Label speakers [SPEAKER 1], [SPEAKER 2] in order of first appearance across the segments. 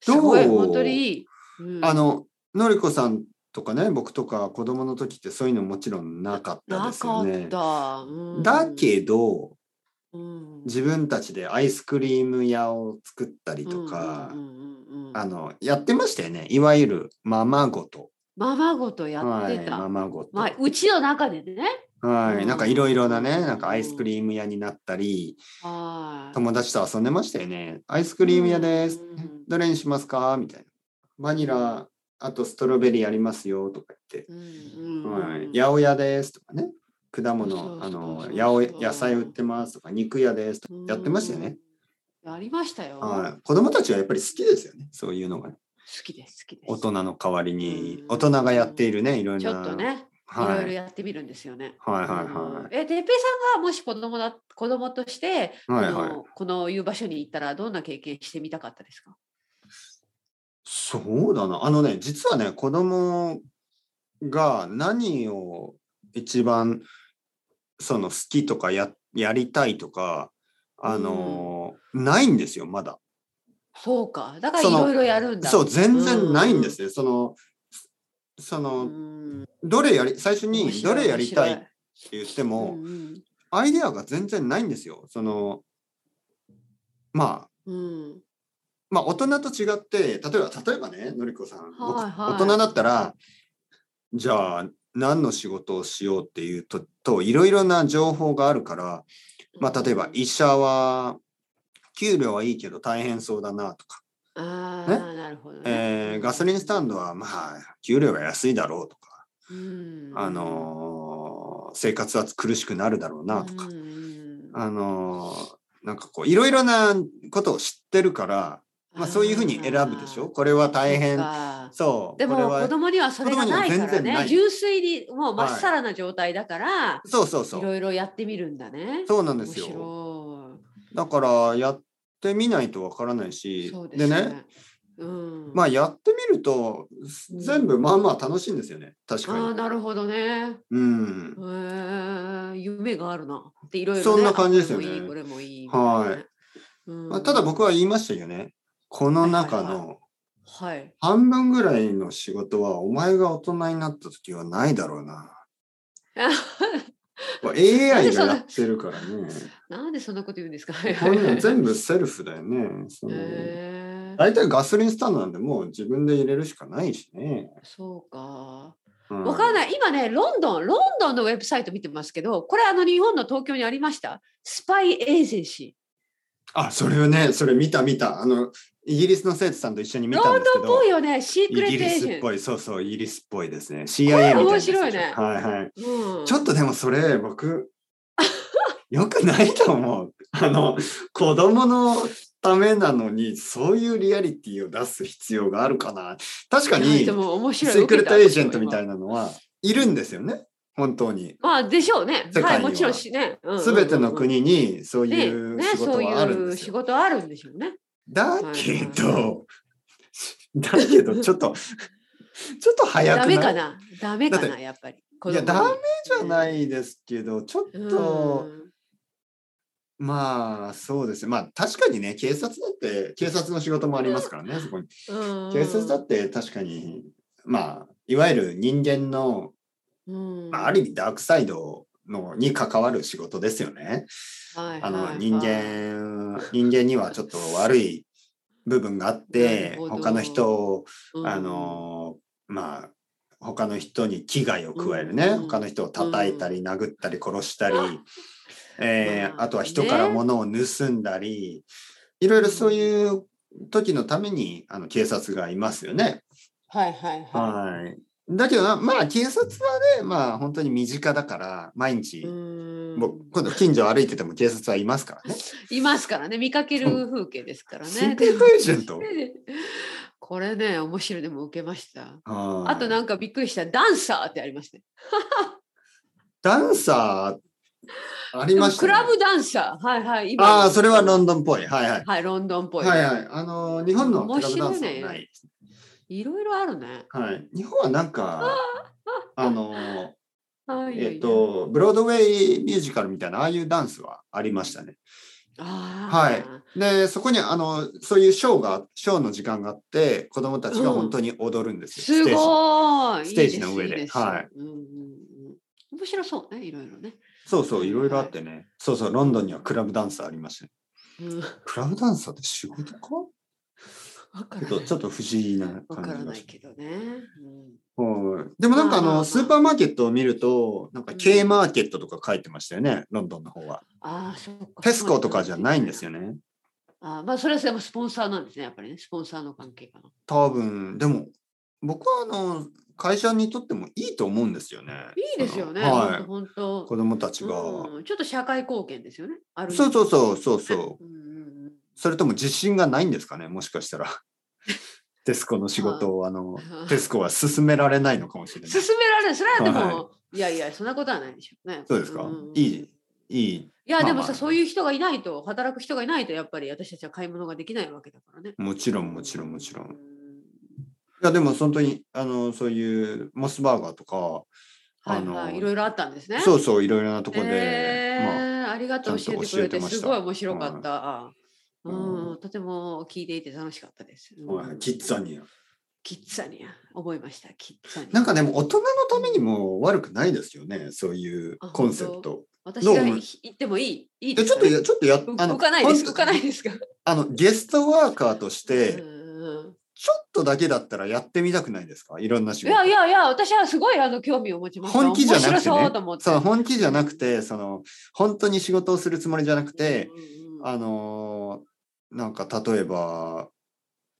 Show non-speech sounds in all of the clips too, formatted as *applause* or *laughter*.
[SPEAKER 1] すごい本当にいい。うん
[SPEAKER 2] あののりこさんとかね僕とか子供の時ってそういうのもちろんなかった
[SPEAKER 1] な
[SPEAKER 2] です
[SPEAKER 1] か
[SPEAKER 2] よ
[SPEAKER 1] っ
[SPEAKER 2] ね。
[SPEAKER 1] た。うん
[SPEAKER 2] だけど
[SPEAKER 1] うん
[SPEAKER 2] 自分たちでアイスクリーム屋を作ったりとか、
[SPEAKER 1] うんうんうんうん
[SPEAKER 2] あのやってましたよねいわゆるママごと。
[SPEAKER 1] ままごとやってた。
[SPEAKER 2] はい、ママごと。
[SPEAKER 1] まあ、うちの中でね。
[SPEAKER 2] はい、
[SPEAKER 1] うん
[SPEAKER 2] なんかいろいろなね、なんかアイスクリーム屋になったり、
[SPEAKER 1] はい。
[SPEAKER 2] 友達と遊んでましたよね。アイスクリーム屋です
[SPEAKER 1] うん。
[SPEAKER 2] どれにしますかみたいな。バニラ、あとストロベリーありますよとか言って。
[SPEAKER 1] うんうんうん
[SPEAKER 2] はい、八百屋ですとかね。
[SPEAKER 1] そ
[SPEAKER 2] 果
[SPEAKER 1] うそう
[SPEAKER 2] 物、
[SPEAKER 1] そう
[SPEAKER 2] あ
[SPEAKER 1] そう
[SPEAKER 2] の、八百野菜売ってますとか、肉屋ですとか
[SPEAKER 1] うん、
[SPEAKER 2] やってましたよね。
[SPEAKER 1] やりましたよ。好
[SPEAKER 2] はい、子供たちはやっぱり好きですよね。そういうのが、ね、
[SPEAKER 1] きです、好きです。
[SPEAKER 2] 大人の代わりに
[SPEAKER 1] う、ん
[SPEAKER 2] 大人がやっているね、いろい
[SPEAKER 1] ち
[SPEAKER 2] ろ
[SPEAKER 1] ょ
[SPEAKER 2] な。
[SPEAKER 1] っとね、い
[SPEAKER 2] は
[SPEAKER 1] ろいろ
[SPEAKER 2] い。
[SPEAKER 1] やってみるんですよね。
[SPEAKER 2] はいはい
[SPEAKER 1] うん
[SPEAKER 2] は
[SPEAKER 1] え、てっぺいさんがもし子供だ、子供として、
[SPEAKER 2] い。はいはい
[SPEAKER 1] こ。のこのいう場所に行ったら、どんな経験してみたかったですか。
[SPEAKER 2] そうだな。あのね、実はね、子供が何を一番その好きとかややりたいとか、あのーないんですよ、まだ。
[SPEAKER 1] そうか、だからい
[SPEAKER 2] その
[SPEAKER 1] ろいろやるんだ。
[SPEAKER 2] そう、全然ないんですよ。その、その、
[SPEAKER 1] ん。
[SPEAKER 2] どれやり、最初
[SPEAKER 1] 面
[SPEAKER 2] に
[SPEAKER 1] 白
[SPEAKER 2] どれやりたいっ
[SPEAKER 1] 面
[SPEAKER 2] て言って
[SPEAKER 1] 白
[SPEAKER 2] も、
[SPEAKER 1] いうん
[SPEAKER 2] アイデアが全然ないんですよ。その、まあ、
[SPEAKER 1] うん。うん
[SPEAKER 2] まあ、大人と違って、例えば、例えばね、のりこさん、僕
[SPEAKER 1] はいはい
[SPEAKER 2] 大人だったら、じゃあ、何の仕事をしようっていうと、といろいろな情報があるから、まあ、例えば、医者は、給料はいいけど大変そうだなとか、
[SPEAKER 1] あ
[SPEAKER 2] ね
[SPEAKER 1] あ、なるほどね。
[SPEAKER 2] えーガソリンスタンドは、まあ、給料が安いだろうとか、
[SPEAKER 1] うん、
[SPEAKER 2] あのー生活は苦しくなるだろうなとか
[SPEAKER 1] う、ん
[SPEAKER 2] あのーなんかこう、いろいろなことを知ってるから、まあ、そういうふうに選ぶでしょ。。これは大変
[SPEAKER 1] あーそっ。か
[SPEAKER 2] そう。
[SPEAKER 1] でも
[SPEAKER 2] これは
[SPEAKER 1] 子供にはそれがないか
[SPEAKER 2] 子
[SPEAKER 1] ら
[SPEAKER 2] 供には全然な
[SPEAKER 1] ね
[SPEAKER 2] い
[SPEAKER 1] 純粋にもうまっさらな状態だから、
[SPEAKER 2] そうそう
[SPEAKER 1] い、
[SPEAKER 2] そう。
[SPEAKER 1] ろいろやってみるんだね。
[SPEAKER 2] そうなんですよ。
[SPEAKER 1] 面
[SPEAKER 2] だからやってみないとわからない
[SPEAKER 1] 白い
[SPEAKER 2] し
[SPEAKER 1] そう、で
[SPEAKER 2] です
[SPEAKER 1] ね。
[SPEAKER 2] ね、
[SPEAKER 1] うん、
[SPEAKER 2] ま
[SPEAKER 1] あ
[SPEAKER 2] あやってみると全部まあまあ楽しいんですよね。確か
[SPEAKER 1] ー
[SPEAKER 2] に。
[SPEAKER 1] なるほどね。
[SPEAKER 2] うん
[SPEAKER 1] え。ー、夢があるなっていろいろ、ね、
[SPEAKER 2] そんな感じですよね
[SPEAKER 1] あこれもいいこれもいい
[SPEAKER 2] はい
[SPEAKER 1] い、うん
[SPEAKER 2] まあ、ただ僕は言いましたよね。この中
[SPEAKER 1] はいはい
[SPEAKER 2] の
[SPEAKER 1] はい
[SPEAKER 2] 半分ぐらいの仕事はお前が大人になった時はないだろうな。
[SPEAKER 1] *laughs*
[SPEAKER 2] これ AI がやってるからね。
[SPEAKER 1] なんでそんなこと言うん
[SPEAKER 2] *laughs*
[SPEAKER 1] ですか
[SPEAKER 2] こういうの全部セルフだ
[SPEAKER 1] *laughs*
[SPEAKER 2] よね。その
[SPEAKER 1] えー、
[SPEAKER 2] 大体ガソリンスタンドなんでもう自分で入れるしかないしね。
[SPEAKER 1] そうか。
[SPEAKER 2] うん
[SPEAKER 1] わかんない。今ね、ロンドン、ロンドンのウェブサイト見てますけど、これあの日本の東京にありました。スパイエージェンシ
[SPEAKER 2] あ、それをね、それ見た見た。あの、イギリスの生徒さんと一緒に
[SPEAKER 1] ー。
[SPEAKER 2] 見た
[SPEAKER 1] ロン
[SPEAKER 2] んです
[SPEAKER 1] ド
[SPEAKER 2] け
[SPEAKER 1] ンっ
[SPEAKER 2] ど
[SPEAKER 1] ぽい、よね、シークレ
[SPEAKER 2] イギ
[SPEAKER 1] ット
[SPEAKER 2] リ
[SPEAKER 1] エー
[SPEAKER 2] ス
[SPEAKER 1] ジ
[SPEAKER 2] っ
[SPEAKER 1] ェン
[SPEAKER 2] ぽい、そうそう、イギリスっぽいですね。CIA みたいなやつで
[SPEAKER 1] 面白いね
[SPEAKER 2] はいはい。
[SPEAKER 1] ト。うん
[SPEAKER 2] ちょっとでもそれ、僕、よくないと思う。 *laughs* あの、子供のためなのに、そういうリアリティを出す必要があるかな。確か
[SPEAKER 1] いや
[SPEAKER 2] に、
[SPEAKER 1] で
[SPEAKER 2] シ
[SPEAKER 1] も面白い。
[SPEAKER 2] ークレットエージェントみた
[SPEAKER 1] ない
[SPEAKER 2] なのはいるんですよね。本当に。
[SPEAKER 1] まあでしょうね。
[SPEAKER 2] 世界には
[SPEAKER 1] はい、もちろんしね。
[SPEAKER 2] すべての
[SPEAKER 1] に
[SPEAKER 2] 国にそう
[SPEAKER 1] ね
[SPEAKER 2] いう
[SPEAKER 1] ね
[SPEAKER 2] 仕
[SPEAKER 1] そ
[SPEAKER 2] 事
[SPEAKER 1] う
[SPEAKER 2] はあ
[SPEAKER 1] い
[SPEAKER 2] るんで
[SPEAKER 1] う
[SPEAKER 2] す
[SPEAKER 1] 仕
[SPEAKER 2] よ。
[SPEAKER 1] 事あるんでしょうね。
[SPEAKER 2] だけど、 *laughs* だ
[SPEAKER 1] い
[SPEAKER 2] けど、ちょっと、ちょっと早
[SPEAKER 1] ダ
[SPEAKER 2] くない
[SPEAKER 1] メかな。ダメか
[SPEAKER 2] だっ
[SPEAKER 1] な、やっぱり。
[SPEAKER 2] いや、ダメじゃないいですけど、ちょっと、まあ、そうですね。まあ、確かにね、警察だって、警察の仕事もありますからね、そこに。警察だって、確かに、まあ、いわゆる人間の、まあ、ある意味、ダークサイドのに関わる仕事ですよね。あの、人間、人間にはちょっと悪い部分があって
[SPEAKER 1] なる、ほど
[SPEAKER 2] 他の人をあ
[SPEAKER 1] あ、
[SPEAKER 2] のーまあ他の人に危害を加えるね、
[SPEAKER 1] うん
[SPEAKER 2] 他の人を叩いたり殴ったり殺したり、えー
[SPEAKER 1] まあ
[SPEAKER 2] あとは人から
[SPEAKER 1] ね
[SPEAKER 2] 物を盗んだり、いろいろそういう時のためにあの警察がいますよね。
[SPEAKER 1] はいはいは
[SPEAKER 2] はいだけどなまあ警察はねまあ本当に身近だから毎
[SPEAKER 1] い。
[SPEAKER 2] 日、
[SPEAKER 1] うん
[SPEAKER 2] 僕今度近所歩いてても警察はいますからね。
[SPEAKER 1] いますからね、見かける風景ですから
[SPEAKER 2] シ
[SPEAKER 1] ね。
[SPEAKER 2] ークレットエージェント
[SPEAKER 1] *laughs* これね、面白いでも受けました。
[SPEAKER 2] はい
[SPEAKER 1] あとなんかびっくりした、ダンサーってありましたね。
[SPEAKER 2] ダンサーありました、
[SPEAKER 1] クラブダンサー。はいはい。今
[SPEAKER 2] ああそれはロンドンっぽいはいはい。
[SPEAKER 1] はい、ロンドンっぽい。
[SPEAKER 2] はいはい。あのー日本のクラブダンスは
[SPEAKER 1] 面白
[SPEAKER 2] ないい。
[SPEAKER 1] いろいろあるね。
[SPEAKER 2] はい。日本はなんか、
[SPEAKER 1] *laughs*
[SPEAKER 2] あのー
[SPEAKER 1] はい
[SPEAKER 2] えっ、と、ブロードウェイミュージカルみたいな、ああいうダンスはありましたね。
[SPEAKER 1] あー
[SPEAKER 2] はいでそこにあのそういうショーがショーの時間があって子供たちが本当に踊るんですよ、
[SPEAKER 1] す
[SPEAKER 2] ステージ
[SPEAKER 1] ごい。
[SPEAKER 2] ステージの上で
[SPEAKER 1] いいす
[SPEAKER 2] はい
[SPEAKER 1] いすうんうんうん面白そうね、いろいろね。
[SPEAKER 2] そうそういろいろあってねそうそうロンドンにはクラブダンサーありましたね
[SPEAKER 1] うん、
[SPEAKER 2] クラブダンサーって仕事か
[SPEAKER 1] わか
[SPEAKER 2] ち
[SPEAKER 1] ら
[SPEAKER 2] ょ
[SPEAKER 1] な
[SPEAKER 2] っと
[SPEAKER 1] い。
[SPEAKER 2] ちょっと不思議な
[SPEAKER 1] わか
[SPEAKER 2] 感
[SPEAKER 1] ら
[SPEAKER 2] じが
[SPEAKER 1] ない
[SPEAKER 2] し
[SPEAKER 1] けどね。うん
[SPEAKER 2] はいでもなん
[SPEAKER 1] まあま
[SPEAKER 2] かあ
[SPEAKER 1] あま
[SPEAKER 2] の
[SPEAKER 1] あ
[SPEAKER 2] スーパーマーケットを見るとなんか
[SPEAKER 1] うん
[SPEAKER 2] K マーケットとか書いてましたよねロンドンの方は
[SPEAKER 1] ああ、そうか。
[SPEAKER 2] テスコとかじゃないんです
[SPEAKER 1] よ。
[SPEAKER 2] よね
[SPEAKER 1] あーまあ、それはでもスポンサーなんですね、やっぱりね。スポンサーの関係かな。
[SPEAKER 2] 多分でも僕はあの会社にとってもいいと思うんですよね
[SPEAKER 1] いいですよね。
[SPEAKER 2] そのはい
[SPEAKER 1] 本当。
[SPEAKER 2] 子供たちが、
[SPEAKER 1] うんちょっと社会貢献ですよね。ある
[SPEAKER 2] そうそう
[SPEAKER 1] う。
[SPEAKER 2] そうそうそう
[SPEAKER 1] うんうん *laughs* うん
[SPEAKER 2] それとも自信がないんですかねもしかしたら *laughs* テスコの仕事をあのテスコは進められないのかもしれない
[SPEAKER 1] 勧められない。それはでも、、
[SPEAKER 2] はい
[SPEAKER 1] やいや、そんなことはないでしょうね。
[SPEAKER 2] そうですか
[SPEAKER 1] んんうん
[SPEAKER 2] いいいい
[SPEAKER 1] いや、
[SPEAKER 2] まあ
[SPEAKER 1] でもさ、
[SPEAKER 2] まあ
[SPEAKER 1] そういう人がいないと、働く人がいないと、やっぱり私たちは買い物ができないわけだからね。
[SPEAKER 2] もちろんもちろんもちろん
[SPEAKER 1] う
[SPEAKER 2] いやでも本当にあのそういうモスバーガーとか
[SPEAKER 1] はい
[SPEAKER 2] あの
[SPEAKER 1] はい、いろいろあったんですね。
[SPEAKER 2] そううそういろいろなとこで、
[SPEAKER 1] えー
[SPEAKER 2] まあ、
[SPEAKER 1] ありがとう
[SPEAKER 2] ち
[SPEAKER 1] 教
[SPEAKER 2] ゃ
[SPEAKER 1] え
[SPEAKER 2] んと
[SPEAKER 1] てくれ
[SPEAKER 2] 教えて
[SPEAKER 1] て、
[SPEAKER 2] ました
[SPEAKER 1] すごい面白かった。あ
[SPEAKER 2] う
[SPEAKER 1] うんん、とても聞いていて楽しかったです。
[SPEAKER 2] はいキッザ
[SPEAKER 1] に。
[SPEAKER 2] ニア
[SPEAKER 1] キッザニア、覚えました。キッザニア。
[SPEAKER 2] なんかでも大人のためにも悪くないですよねそういうコンセプト
[SPEAKER 1] 私が
[SPEAKER 2] どう
[SPEAKER 1] 行ってもいい。いい
[SPEAKER 2] で
[SPEAKER 1] で
[SPEAKER 2] ち
[SPEAKER 1] す
[SPEAKER 2] ょっ
[SPEAKER 1] か
[SPEAKER 2] と
[SPEAKER 1] ね
[SPEAKER 2] やちょっとや
[SPEAKER 1] う浮かないです。
[SPEAKER 2] 本
[SPEAKER 1] 浮
[SPEAKER 2] 当
[SPEAKER 1] かないですか。
[SPEAKER 2] あのゲストワーカーとして
[SPEAKER 1] うん
[SPEAKER 2] ちょっとだけだったらやってみたくないですかいろんな仕
[SPEAKER 1] い
[SPEAKER 2] 事
[SPEAKER 1] やいやいや、私はすごいあの興味を持ちました。
[SPEAKER 2] 本気じゃなくてね
[SPEAKER 1] 面白そうと思って。
[SPEAKER 2] そう本気じゃなくてその本当に仕事をするつもりじゃなくて、
[SPEAKER 1] うんうん
[SPEAKER 2] あのーなんか例えば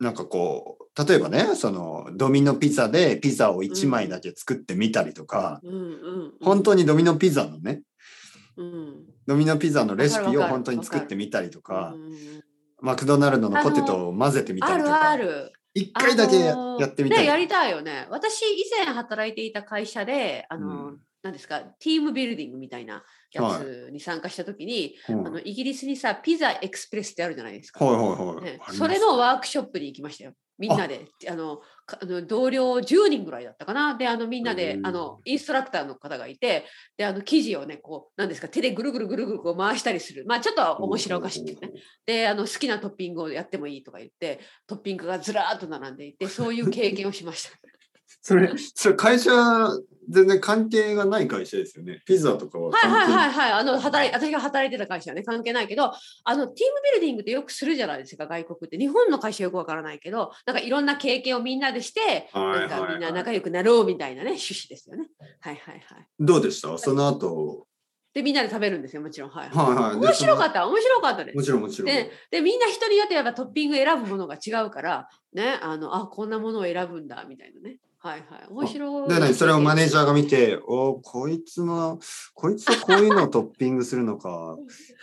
[SPEAKER 2] なんかこう例えばねそのドミノピザでピザを1枚だけ作ってみたりとか、
[SPEAKER 1] うんうんうん、
[SPEAKER 2] 本当にドミノピザのね
[SPEAKER 1] うん
[SPEAKER 2] ドミノピザのレシ
[SPEAKER 1] わ
[SPEAKER 2] ピ
[SPEAKER 1] かる
[SPEAKER 2] を
[SPEAKER 1] わかる
[SPEAKER 2] 本当に作ってみたりとか
[SPEAKER 1] うんうん
[SPEAKER 2] マクドナルドのポテトを混ぜてみた
[SPEAKER 1] あ
[SPEAKER 2] りと
[SPEAKER 1] る
[SPEAKER 2] か
[SPEAKER 1] ある。
[SPEAKER 2] 一回だけや
[SPEAKER 1] あのー
[SPEAKER 2] やってみた
[SPEAKER 1] ね
[SPEAKER 2] り
[SPEAKER 1] やりたいよね。私、以前働いていた会社で、あの
[SPEAKER 2] うん
[SPEAKER 1] なんですか、ティームビルディングみたいなやつに参加したときに、
[SPEAKER 2] うん
[SPEAKER 1] あの、イギリスにさ、ピザエクスプレスってあるじゃないですか。
[SPEAKER 2] はいはいはい。
[SPEAKER 1] ね
[SPEAKER 2] あります
[SPEAKER 1] それのワークショップに行きましたよ。みんなで、あの、かあの同僚10人ぐらいだったかな。で、あの、みんな
[SPEAKER 2] へ
[SPEAKER 1] で
[SPEAKER 2] ー、
[SPEAKER 1] あの、インストラクターの方がいて、で、あの、生地をね、こう、なんですか、手でぐるぐるぐるぐるこう回したりする。まあ、ちょっとは面白おかしいけどね。で、あの、好きなトッピングをやってもいいとか言って、トッピングがずらーっと並んでい
[SPEAKER 2] *laughs*
[SPEAKER 1] て、そういう経験をしました。
[SPEAKER 2] それ、それ会社、全然関係がない会社ですよね。ピザとかは
[SPEAKER 1] はい
[SPEAKER 2] 関係。
[SPEAKER 1] はいはいはい。あの、働い、私が働いてた会社はね、関係ないけど、あの、ティームビルディングってよくするじゃないですか、外国って。日本の会社よくわからないけど、なんかいろんな経験をみんなでして、
[SPEAKER 2] はいは
[SPEAKER 1] ないん
[SPEAKER 2] はい
[SPEAKER 1] かみんな仲良くなろうみたいなね、趣旨ですよね。はいはいはい。
[SPEAKER 2] どうでしたその後。
[SPEAKER 1] で、みんなで食べるんですよ、もちろん。はい、はい。
[SPEAKER 2] はいはい。で
[SPEAKER 1] 面白か
[SPEAKER 2] そ
[SPEAKER 1] った、面白かったで
[SPEAKER 2] のも
[SPEAKER 1] す。
[SPEAKER 2] ちろんもちろん。
[SPEAKER 1] でで、みんな人によってやっぱトッピング選ぶものが違うから、ね、あの、あ、こんなものを選ぶんだ、みたいなね。はいはい。面白い。
[SPEAKER 2] で、何それをマネージャーが見て、おーこいつの、こいつはこういうのをトッピングする
[SPEAKER 1] *laughs*
[SPEAKER 2] のか。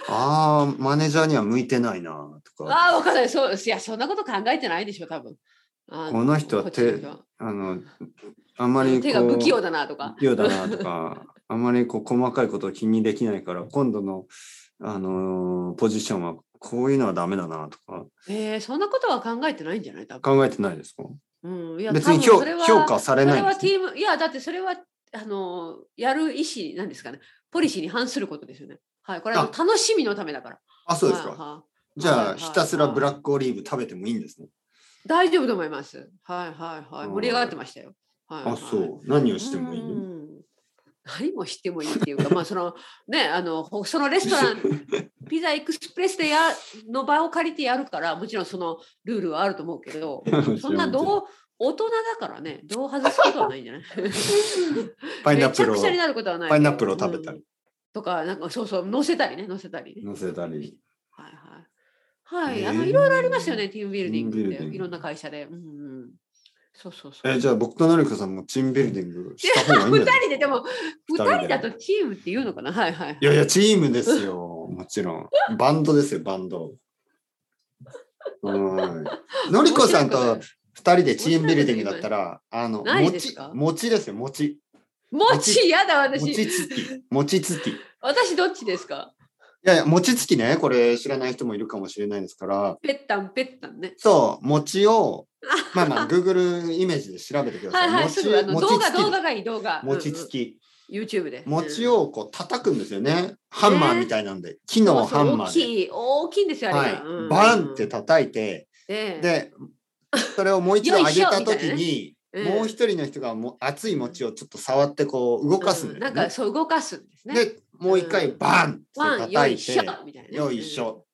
[SPEAKER 2] ああ、マネージャーには向いてないな、とか。
[SPEAKER 1] ああ、わかんない。そう、いや、そんなこと考えてないでしょ、多分。あの
[SPEAKER 2] この人は
[SPEAKER 1] こっちの人
[SPEAKER 2] あの、あんまりこう。
[SPEAKER 1] 手が不器用だなとか。
[SPEAKER 2] 不器用だなとか、あんまりこう細かいことを気にできないから、今度の、あのーポジションはこういうのはダメだなとか、
[SPEAKER 1] えー、そんなことは考えてないんじゃない多分。
[SPEAKER 2] 考えてないですか
[SPEAKER 1] うん、いや
[SPEAKER 2] 別に
[SPEAKER 1] 多分
[SPEAKER 2] 評
[SPEAKER 1] それは
[SPEAKER 2] 評価され
[SPEAKER 1] そ
[SPEAKER 2] な
[SPEAKER 1] れ
[SPEAKER 2] いんで
[SPEAKER 1] は
[SPEAKER 2] す
[SPEAKER 1] ティーム、いや、だってそれは、あの、やる意思なんですかね。ポリシーに反することですよね。はい、これは
[SPEAKER 2] あ
[SPEAKER 1] 楽しみのためだから。
[SPEAKER 2] あ、そうです
[SPEAKER 1] はい
[SPEAKER 2] か。
[SPEAKER 1] は
[SPEAKER 2] じゃ
[SPEAKER 1] は
[SPEAKER 2] あ、
[SPEAKER 1] い
[SPEAKER 2] ひたすらブラックオリーブ食べてもいいんですね。
[SPEAKER 1] い大丈夫と思います。はいはいはい。
[SPEAKER 2] うん
[SPEAKER 1] 盛り上がってましたよ。はいはい、
[SPEAKER 2] あ、そう。何をしてもいいの
[SPEAKER 1] うん何もしてもいいって
[SPEAKER 2] *laughs*
[SPEAKER 1] いうか、まあそのね、あのほそのレストラン、ピザエクスプレスでやの場を借りてやるから、もちろんそのルールはあると思うけ
[SPEAKER 2] *laughs*
[SPEAKER 1] ど、そんなどう、大人だからね、どう外すことはないんじゃない
[SPEAKER 2] *laughs* パイナップ
[SPEAKER 1] *laughs*
[SPEAKER 2] ル
[SPEAKER 1] め
[SPEAKER 2] を
[SPEAKER 1] ちゃくちゃになることはないけど。
[SPEAKER 2] パイナップルを食べたり
[SPEAKER 1] うんとか、なんかそうそう、乗せたりね、乗せたりね。
[SPEAKER 2] 乗せたり。
[SPEAKER 1] はいはい。はい、
[SPEAKER 2] ねえ
[SPEAKER 1] あの、いろいろありますよね、ティームビルディン
[SPEAKER 2] ティー
[SPEAKER 1] グ
[SPEAKER 2] ムビルディン
[SPEAKER 1] っ
[SPEAKER 2] グ
[SPEAKER 1] て、いろんな会社で。うんうん、そうそうそう。
[SPEAKER 2] え、じゃあ僕とのりこさんもチームビルディングした方がいいんじ
[SPEAKER 1] 二
[SPEAKER 2] ゃない
[SPEAKER 1] 人で、でも、
[SPEAKER 2] 二
[SPEAKER 1] 二
[SPEAKER 2] 人で
[SPEAKER 1] 人だとチームっていうのかな。はいはいはい
[SPEAKER 2] い。やいや、チームですよ。もちろん。バンドですよ、バンド。はい。のりこさ
[SPEAKER 1] 面
[SPEAKER 2] ん
[SPEAKER 1] 白く
[SPEAKER 2] と
[SPEAKER 1] ない
[SPEAKER 2] 二人でチームビルディングだったら、あの、
[SPEAKER 1] 何で
[SPEAKER 2] 餅
[SPEAKER 1] すか、
[SPEAKER 2] 餅ですよ、餅。
[SPEAKER 1] 餅やだ
[SPEAKER 2] 餅
[SPEAKER 1] 私。
[SPEAKER 2] つき。餅つき。い
[SPEAKER 1] 私どっちですか
[SPEAKER 2] やいや、餅つきね、これ知らない人もいるかもしれないですから、
[SPEAKER 1] ぺったんぺったんね。
[SPEAKER 2] そう、餅を、まあまあ、Google イメージで調べてくだ
[SPEAKER 1] は
[SPEAKER 2] さ
[SPEAKER 1] い
[SPEAKER 2] い。
[SPEAKER 1] はい、す
[SPEAKER 2] 餅
[SPEAKER 1] ぐあの
[SPEAKER 2] 餅
[SPEAKER 1] 動
[SPEAKER 2] つ
[SPEAKER 1] 画
[SPEAKER 2] き
[SPEAKER 1] 動画がいい動画。
[SPEAKER 2] 餅つ
[SPEAKER 1] き。
[SPEAKER 2] き。
[SPEAKER 1] YouTube で。
[SPEAKER 2] 餅をこう叩くんですよね。ハンマーみたいなんで、木のハンマ
[SPEAKER 1] 大
[SPEAKER 2] ーで。
[SPEAKER 1] きい、大きいんですよ、あ
[SPEAKER 2] は
[SPEAKER 1] れ
[SPEAKER 2] い
[SPEAKER 1] が。うん、
[SPEAKER 2] バンって叩いて、
[SPEAKER 1] で
[SPEAKER 2] で、それをもう一度上げた時
[SPEAKER 1] よい
[SPEAKER 2] に、
[SPEAKER 1] うん
[SPEAKER 2] もう一人の人がもう熱い餅をちょっと触ってこう動かすん
[SPEAKER 1] うん
[SPEAKER 2] だよ
[SPEAKER 1] なん
[SPEAKER 2] ね
[SPEAKER 1] かそう動かすんですね。
[SPEAKER 2] で、もう一回バンって
[SPEAKER 1] ワン、よ
[SPEAKER 2] 叩い
[SPEAKER 1] い
[SPEAKER 2] て、
[SPEAKER 1] しょみたいなね、
[SPEAKER 2] よいしょ。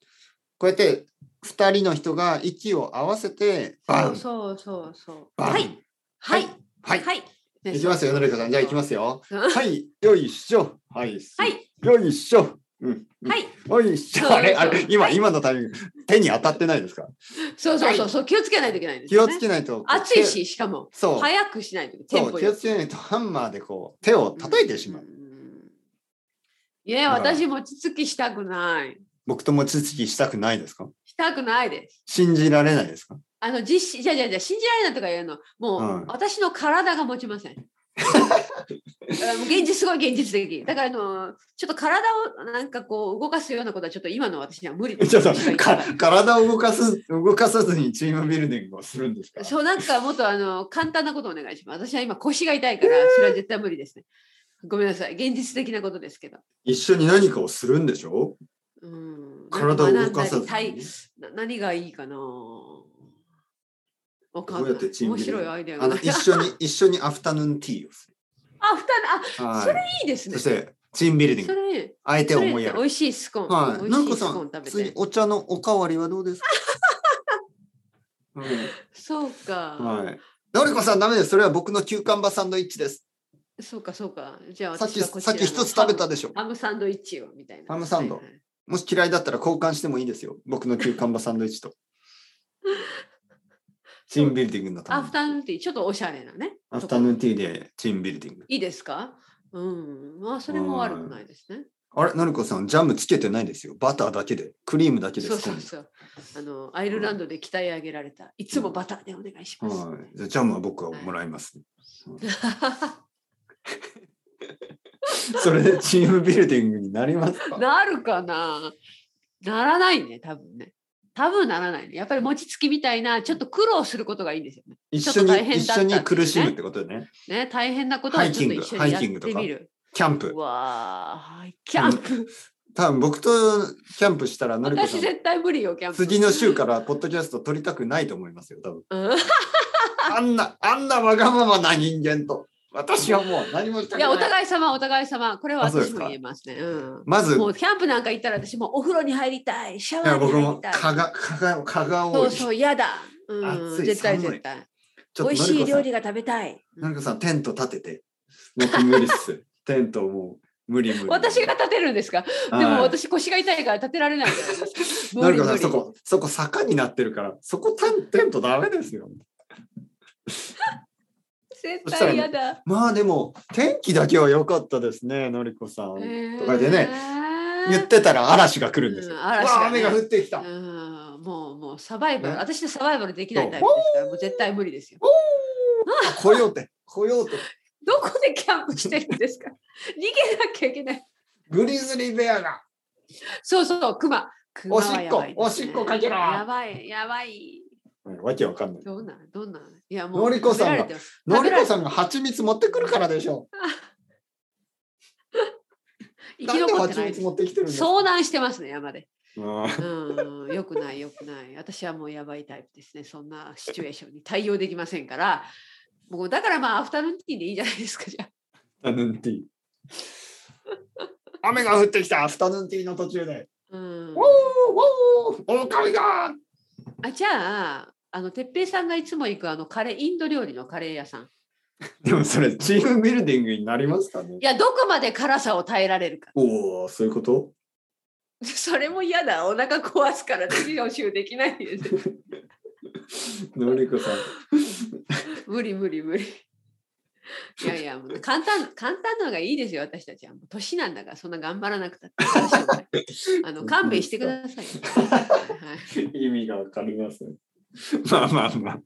[SPEAKER 2] こうやって2人の人が息を合わせて
[SPEAKER 1] うん。
[SPEAKER 2] バン
[SPEAKER 1] そうそうそうそう。
[SPEAKER 2] バン
[SPEAKER 1] はい、はい、
[SPEAKER 2] はい、
[SPEAKER 1] はい。ね
[SPEAKER 2] いきますよのりこさんじゃあいきますよ
[SPEAKER 1] うん
[SPEAKER 2] はいよいしょはい
[SPEAKER 1] はい、
[SPEAKER 2] よいしょうんうん
[SPEAKER 1] はい。
[SPEAKER 2] よいし
[SPEAKER 1] そう
[SPEAKER 2] ょあれあ
[SPEAKER 1] そ
[SPEAKER 2] れ
[SPEAKER 1] う
[SPEAKER 2] 今今のタイミング手に当たってないですか
[SPEAKER 1] そうそうそう、そう気をつけないといけないんです
[SPEAKER 2] 気
[SPEAKER 1] よ
[SPEAKER 2] を
[SPEAKER 1] ね。
[SPEAKER 2] つけないと
[SPEAKER 1] 暑いし、しかも。
[SPEAKER 2] そう
[SPEAKER 1] 早くしないと。テ
[SPEAKER 2] そ
[SPEAKER 1] ン
[SPEAKER 2] う
[SPEAKER 1] ポ
[SPEAKER 2] 気
[SPEAKER 1] よ
[SPEAKER 2] を
[SPEAKER 1] く
[SPEAKER 2] つけないとハンマーでこう手を叩いてしまう、
[SPEAKER 1] んんいや、
[SPEAKER 2] だから
[SPEAKER 1] 私、餅つきしたくない。
[SPEAKER 2] 僕ともちつきしたくないですか
[SPEAKER 1] したくないです。
[SPEAKER 2] 信じられないですか
[SPEAKER 1] あの、実施、じゃあじゃあじゃあ信じられないとか言うの、もう、
[SPEAKER 2] うん
[SPEAKER 1] 私の体が持ちません。だからもう現実、すごい現実的。だから、あの、ちょっと体をなんかこう、動かすようなことは、ちょっと今の私には無理です
[SPEAKER 2] *laughs* ちょっとか体を動かす動かさずにチームビルディングをするんですか
[SPEAKER 1] そう、なんかもっとあの簡単なことお願いします。私は今腰が痛いから、それは絶対無理ですね。ごめんなさい。現実的なことですけど。
[SPEAKER 2] 一緒に何かをするんでしょ
[SPEAKER 1] うん、
[SPEAKER 2] 体を動か
[SPEAKER 1] な
[SPEAKER 2] さ
[SPEAKER 1] ん学ん
[SPEAKER 2] ず
[SPEAKER 1] だりた
[SPEAKER 2] に
[SPEAKER 1] いな何がいいかなわかん
[SPEAKER 2] ど
[SPEAKER 1] な
[SPEAKER 2] う
[SPEAKER 1] い
[SPEAKER 2] やってチーム
[SPEAKER 1] 面
[SPEAKER 2] ビル
[SPEAKER 1] 白いアイデア
[SPEAKER 2] あ
[SPEAKER 1] がな
[SPEAKER 2] の
[SPEAKER 1] い。
[SPEAKER 2] 一緒
[SPEAKER 1] *laughs*
[SPEAKER 2] に一緒にアフタヌーンティーをす
[SPEAKER 1] あ、ふた
[SPEAKER 2] る、
[SPEAKER 1] な、あ、
[SPEAKER 2] は
[SPEAKER 1] それ
[SPEAKER 2] い、
[SPEAKER 1] いいです
[SPEAKER 2] そ
[SPEAKER 1] ね。
[SPEAKER 2] し
[SPEAKER 1] それ、
[SPEAKER 2] てチームビルディン
[SPEAKER 1] そ
[SPEAKER 2] グ
[SPEAKER 1] れ
[SPEAKER 2] 相手を思いやる
[SPEAKER 1] 美味しいスコーン。
[SPEAKER 2] はい
[SPEAKER 1] 美
[SPEAKER 2] な
[SPEAKER 1] 味し
[SPEAKER 2] ん
[SPEAKER 1] い
[SPEAKER 2] こ
[SPEAKER 1] ス
[SPEAKER 2] さ
[SPEAKER 1] コーン
[SPEAKER 2] ん
[SPEAKER 1] 食べ
[SPEAKER 2] 次
[SPEAKER 1] て。
[SPEAKER 2] お茶のおかわりはどうで
[SPEAKER 1] *laughs*
[SPEAKER 2] すか、うん
[SPEAKER 1] そうか、
[SPEAKER 2] はいのりこさんダメですそれは僕の休館場サンドイッチです
[SPEAKER 1] そうか、そうか。じゃあ
[SPEAKER 2] さっき
[SPEAKER 1] 私はこち
[SPEAKER 2] さ
[SPEAKER 1] ら
[SPEAKER 2] っ
[SPEAKER 1] の
[SPEAKER 2] き一つ食べたでしょ
[SPEAKER 1] ハムハムサンドイッチをみたいな。
[SPEAKER 2] ハムサンド
[SPEAKER 1] はいはい
[SPEAKER 2] もし嫌いだったら交換してもいいですよ僕の休館場サンドイ
[SPEAKER 1] *laughs*
[SPEAKER 2] ッチとチームビルディングのた
[SPEAKER 1] ア
[SPEAKER 2] めに
[SPEAKER 1] フタヌーンティー、ちょっとおしゃれなね。
[SPEAKER 2] アフタヌーンティーでチームビルディング
[SPEAKER 1] いいですかうん。まあ、それも悪くないですね。
[SPEAKER 2] あれのりこさんジャムつけてないですよバターだけでクリームだけで
[SPEAKER 1] そう
[SPEAKER 2] す
[SPEAKER 1] そう
[SPEAKER 2] *laughs*
[SPEAKER 1] そう。あの、アイルランドで鍛え上げられた、いつもバターでお願いします。
[SPEAKER 2] はい。じゃあジャムは僕はもらいます。それでチームビルディングになりますか。
[SPEAKER 1] なるかなならないね、多分ね。多分ならないね。やっぱり餅つきみたいな、ちょっと苦労することがいいんですよね。
[SPEAKER 2] 一
[SPEAKER 1] ちょ
[SPEAKER 2] 緒
[SPEAKER 1] っと
[SPEAKER 2] に、
[SPEAKER 1] 大変だっ
[SPEAKER 2] 一
[SPEAKER 1] た
[SPEAKER 2] 緒
[SPEAKER 1] んですね
[SPEAKER 2] に苦しむってことでね。
[SPEAKER 1] ね大変なことをちょっと一緒
[SPEAKER 2] ハ
[SPEAKER 1] に
[SPEAKER 2] イ
[SPEAKER 1] やっ
[SPEAKER 2] キング
[SPEAKER 1] てみる。
[SPEAKER 2] キャンプ
[SPEAKER 1] う。わあ、キャンプ。
[SPEAKER 2] 多分僕とキャンプしたらのりこ
[SPEAKER 1] 私
[SPEAKER 2] さん。
[SPEAKER 1] 絶対無理よ、キャンプ。
[SPEAKER 2] 次の週からポッドキャスト撮りたくないと思いますよ、多分。
[SPEAKER 1] うん
[SPEAKER 2] あんな、あんなわがままな人間と。私はもう何もしたく
[SPEAKER 1] いや、お
[SPEAKER 2] ない。
[SPEAKER 1] 互い様、お互い様。これは
[SPEAKER 2] あそう
[SPEAKER 1] 私
[SPEAKER 2] です
[SPEAKER 1] も
[SPEAKER 2] か
[SPEAKER 1] 言えますね。うん
[SPEAKER 2] まず、い
[SPEAKER 1] もうキャンプなんか行ったら私もうお風呂に入りたい、シャワ
[SPEAKER 2] や
[SPEAKER 1] ーに
[SPEAKER 2] 僕
[SPEAKER 1] 入
[SPEAKER 2] も
[SPEAKER 1] りたい。
[SPEAKER 2] 蚊が、蚊が、蚊が
[SPEAKER 1] そ
[SPEAKER 2] 多
[SPEAKER 1] う
[SPEAKER 2] い。ちょっ
[SPEAKER 1] そう、嫌だ。うん、
[SPEAKER 2] 暑い
[SPEAKER 1] 絶対
[SPEAKER 2] 寒い
[SPEAKER 1] 絶対。
[SPEAKER 2] と
[SPEAKER 1] 美
[SPEAKER 2] の
[SPEAKER 1] 味
[SPEAKER 2] り
[SPEAKER 1] しい
[SPEAKER 2] こさ
[SPEAKER 1] 料
[SPEAKER 2] ん
[SPEAKER 1] 理が食べたい。
[SPEAKER 2] のりこさん、テント立てて。僕無理っ
[SPEAKER 1] *laughs*
[SPEAKER 2] す。テントもう無理無理。
[SPEAKER 1] 私が立てるんですか、でも私腰が痛いから立てられないじゃないですか。
[SPEAKER 2] なるか
[SPEAKER 1] 無
[SPEAKER 2] さん
[SPEAKER 1] 理
[SPEAKER 2] そ
[SPEAKER 1] 無理
[SPEAKER 2] こ、そこ坂になってるから、そこたテントダメですよ。
[SPEAKER 1] 絶対嫌だ。
[SPEAKER 2] まあでも、天気だけは良かったですね、のりこさん。とかでね、
[SPEAKER 1] ね
[SPEAKER 2] 言ってたら嵐が来るんです
[SPEAKER 1] う
[SPEAKER 2] よ。
[SPEAKER 1] ん
[SPEAKER 2] う
[SPEAKER 1] 嵐
[SPEAKER 2] わあ、
[SPEAKER 1] が
[SPEAKER 2] 雨
[SPEAKER 1] ね
[SPEAKER 2] が降ってきた。
[SPEAKER 1] うん、もうもうサバイバル、
[SPEAKER 2] ね
[SPEAKER 1] 私でサバイバルできないタイプですから、もう絶対無理ですよ。
[SPEAKER 2] 来ようて、来ようて。
[SPEAKER 1] どこでキャンプしてるんです
[SPEAKER 2] *laughs*
[SPEAKER 1] か逃げなきゃいけない。
[SPEAKER 2] グリズリーベアが。
[SPEAKER 1] そうそう、クマ。熊はやばいですね
[SPEAKER 2] おしっこおしっこかけろ
[SPEAKER 1] やばい、やばい。
[SPEAKER 2] わけわかんない。
[SPEAKER 1] どんな、どんな。いや、
[SPEAKER 2] のりこさん
[SPEAKER 1] 食べられ
[SPEAKER 2] が
[SPEAKER 1] てます
[SPEAKER 2] のりこさんが蜂蜜持ってくるからでしょ
[SPEAKER 1] 生き
[SPEAKER 2] う。なんで
[SPEAKER 1] 残って
[SPEAKER 2] 蜂
[SPEAKER 1] ないで
[SPEAKER 2] 蜜
[SPEAKER 1] す。
[SPEAKER 2] 持ってきてるんですか。
[SPEAKER 1] 遭難してますね、山で。
[SPEAKER 2] うん
[SPEAKER 1] うん、よくない、よくない。私はもうやばいタイプですね。そんなシチュエーションに対応できませんから。もうだからまあ、アフタヌーンティーでいいじゃないですか、じゃあ。
[SPEAKER 2] アフタヌーンティー。 *laughs* 雨が降ってきた、アフタヌーンティーの途中で。
[SPEAKER 1] うん
[SPEAKER 2] おー、おー、おー、狼が。
[SPEAKER 1] あじゃあ、あの、哲平さんがいつも行くあのカレー、インド料理のカレー屋さん。
[SPEAKER 2] でもそれチームビルディングになりますかね
[SPEAKER 1] いや、どこまで辛さを耐えられるか。
[SPEAKER 2] おおそういうこと
[SPEAKER 1] それも嫌だ。お腹壊すから次の週できないです。
[SPEAKER 2] のりこさん
[SPEAKER 1] 無理無理無理。いやいや、もう簡単、簡単なのがいいですよ、私たちは。もう年なんだから、そんな頑張らなくたって。あ
[SPEAKER 2] *laughs*
[SPEAKER 1] の勘弁してくださいよ。はい
[SPEAKER 2] 意味がわかりませんまあまあまあ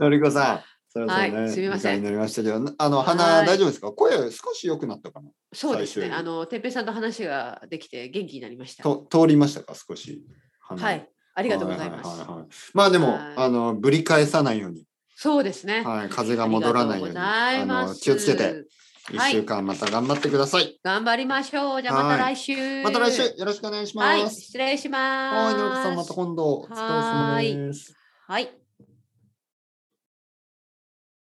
[SPEAKER 2] のりこさんそろそろね、
[SPEAKER 1] はいすみません
[SPEAKER 2] 時間になりましたけどあの
[SPEAKER 1] は
[SPEAKER 2] 鼻
[SPEAKER 1] い
[SPEAKER 2] 大丈夫ですか声少し良くなったかな
[SPEAKER 1] そうです
[SPEAKER 2] 最
[SPEAKER 1] ね。
[SPEAKER 2] 終
[SPEAKER 1] あの、てっぺいさんと話ができて元気になりました。
[SPEAKER 2] と通りましたか少し鼻
[SPEAKER 1] はい。ありがとうございま
[SPEAKER 2] はは
[SPEAKER 1] す。
[SPEAKER 2] ははいまあでも
[SPEAKER 1] はい
[SPEAKER 2] あのぶり返さないように
[SPEAKER 1] そうですね。
[SPEAKER 2] はい風が戻らないよ
[SPEAKER 1] ありがとう
[SPEAKER 2] うに
[SPEAKER 1] ござい
[SPEAKER 2] あ
[SPEAKER 1] ま
[SPEAKER 2] の
[SPEAKER 1] す
[SPEAKER 2] 気をつけて。一週間また頑張ってください。
[SPEAKER 1] 頑張りましょう。じゃあまた来週。
[SPEAKER 2] また来週よろしくお願いします。
[SPEAKER 1] はい、失礼します。
[SPEAKER 2] はい、のぶさんまた今度お疲れ様です。
[SPEAKER 1] はい。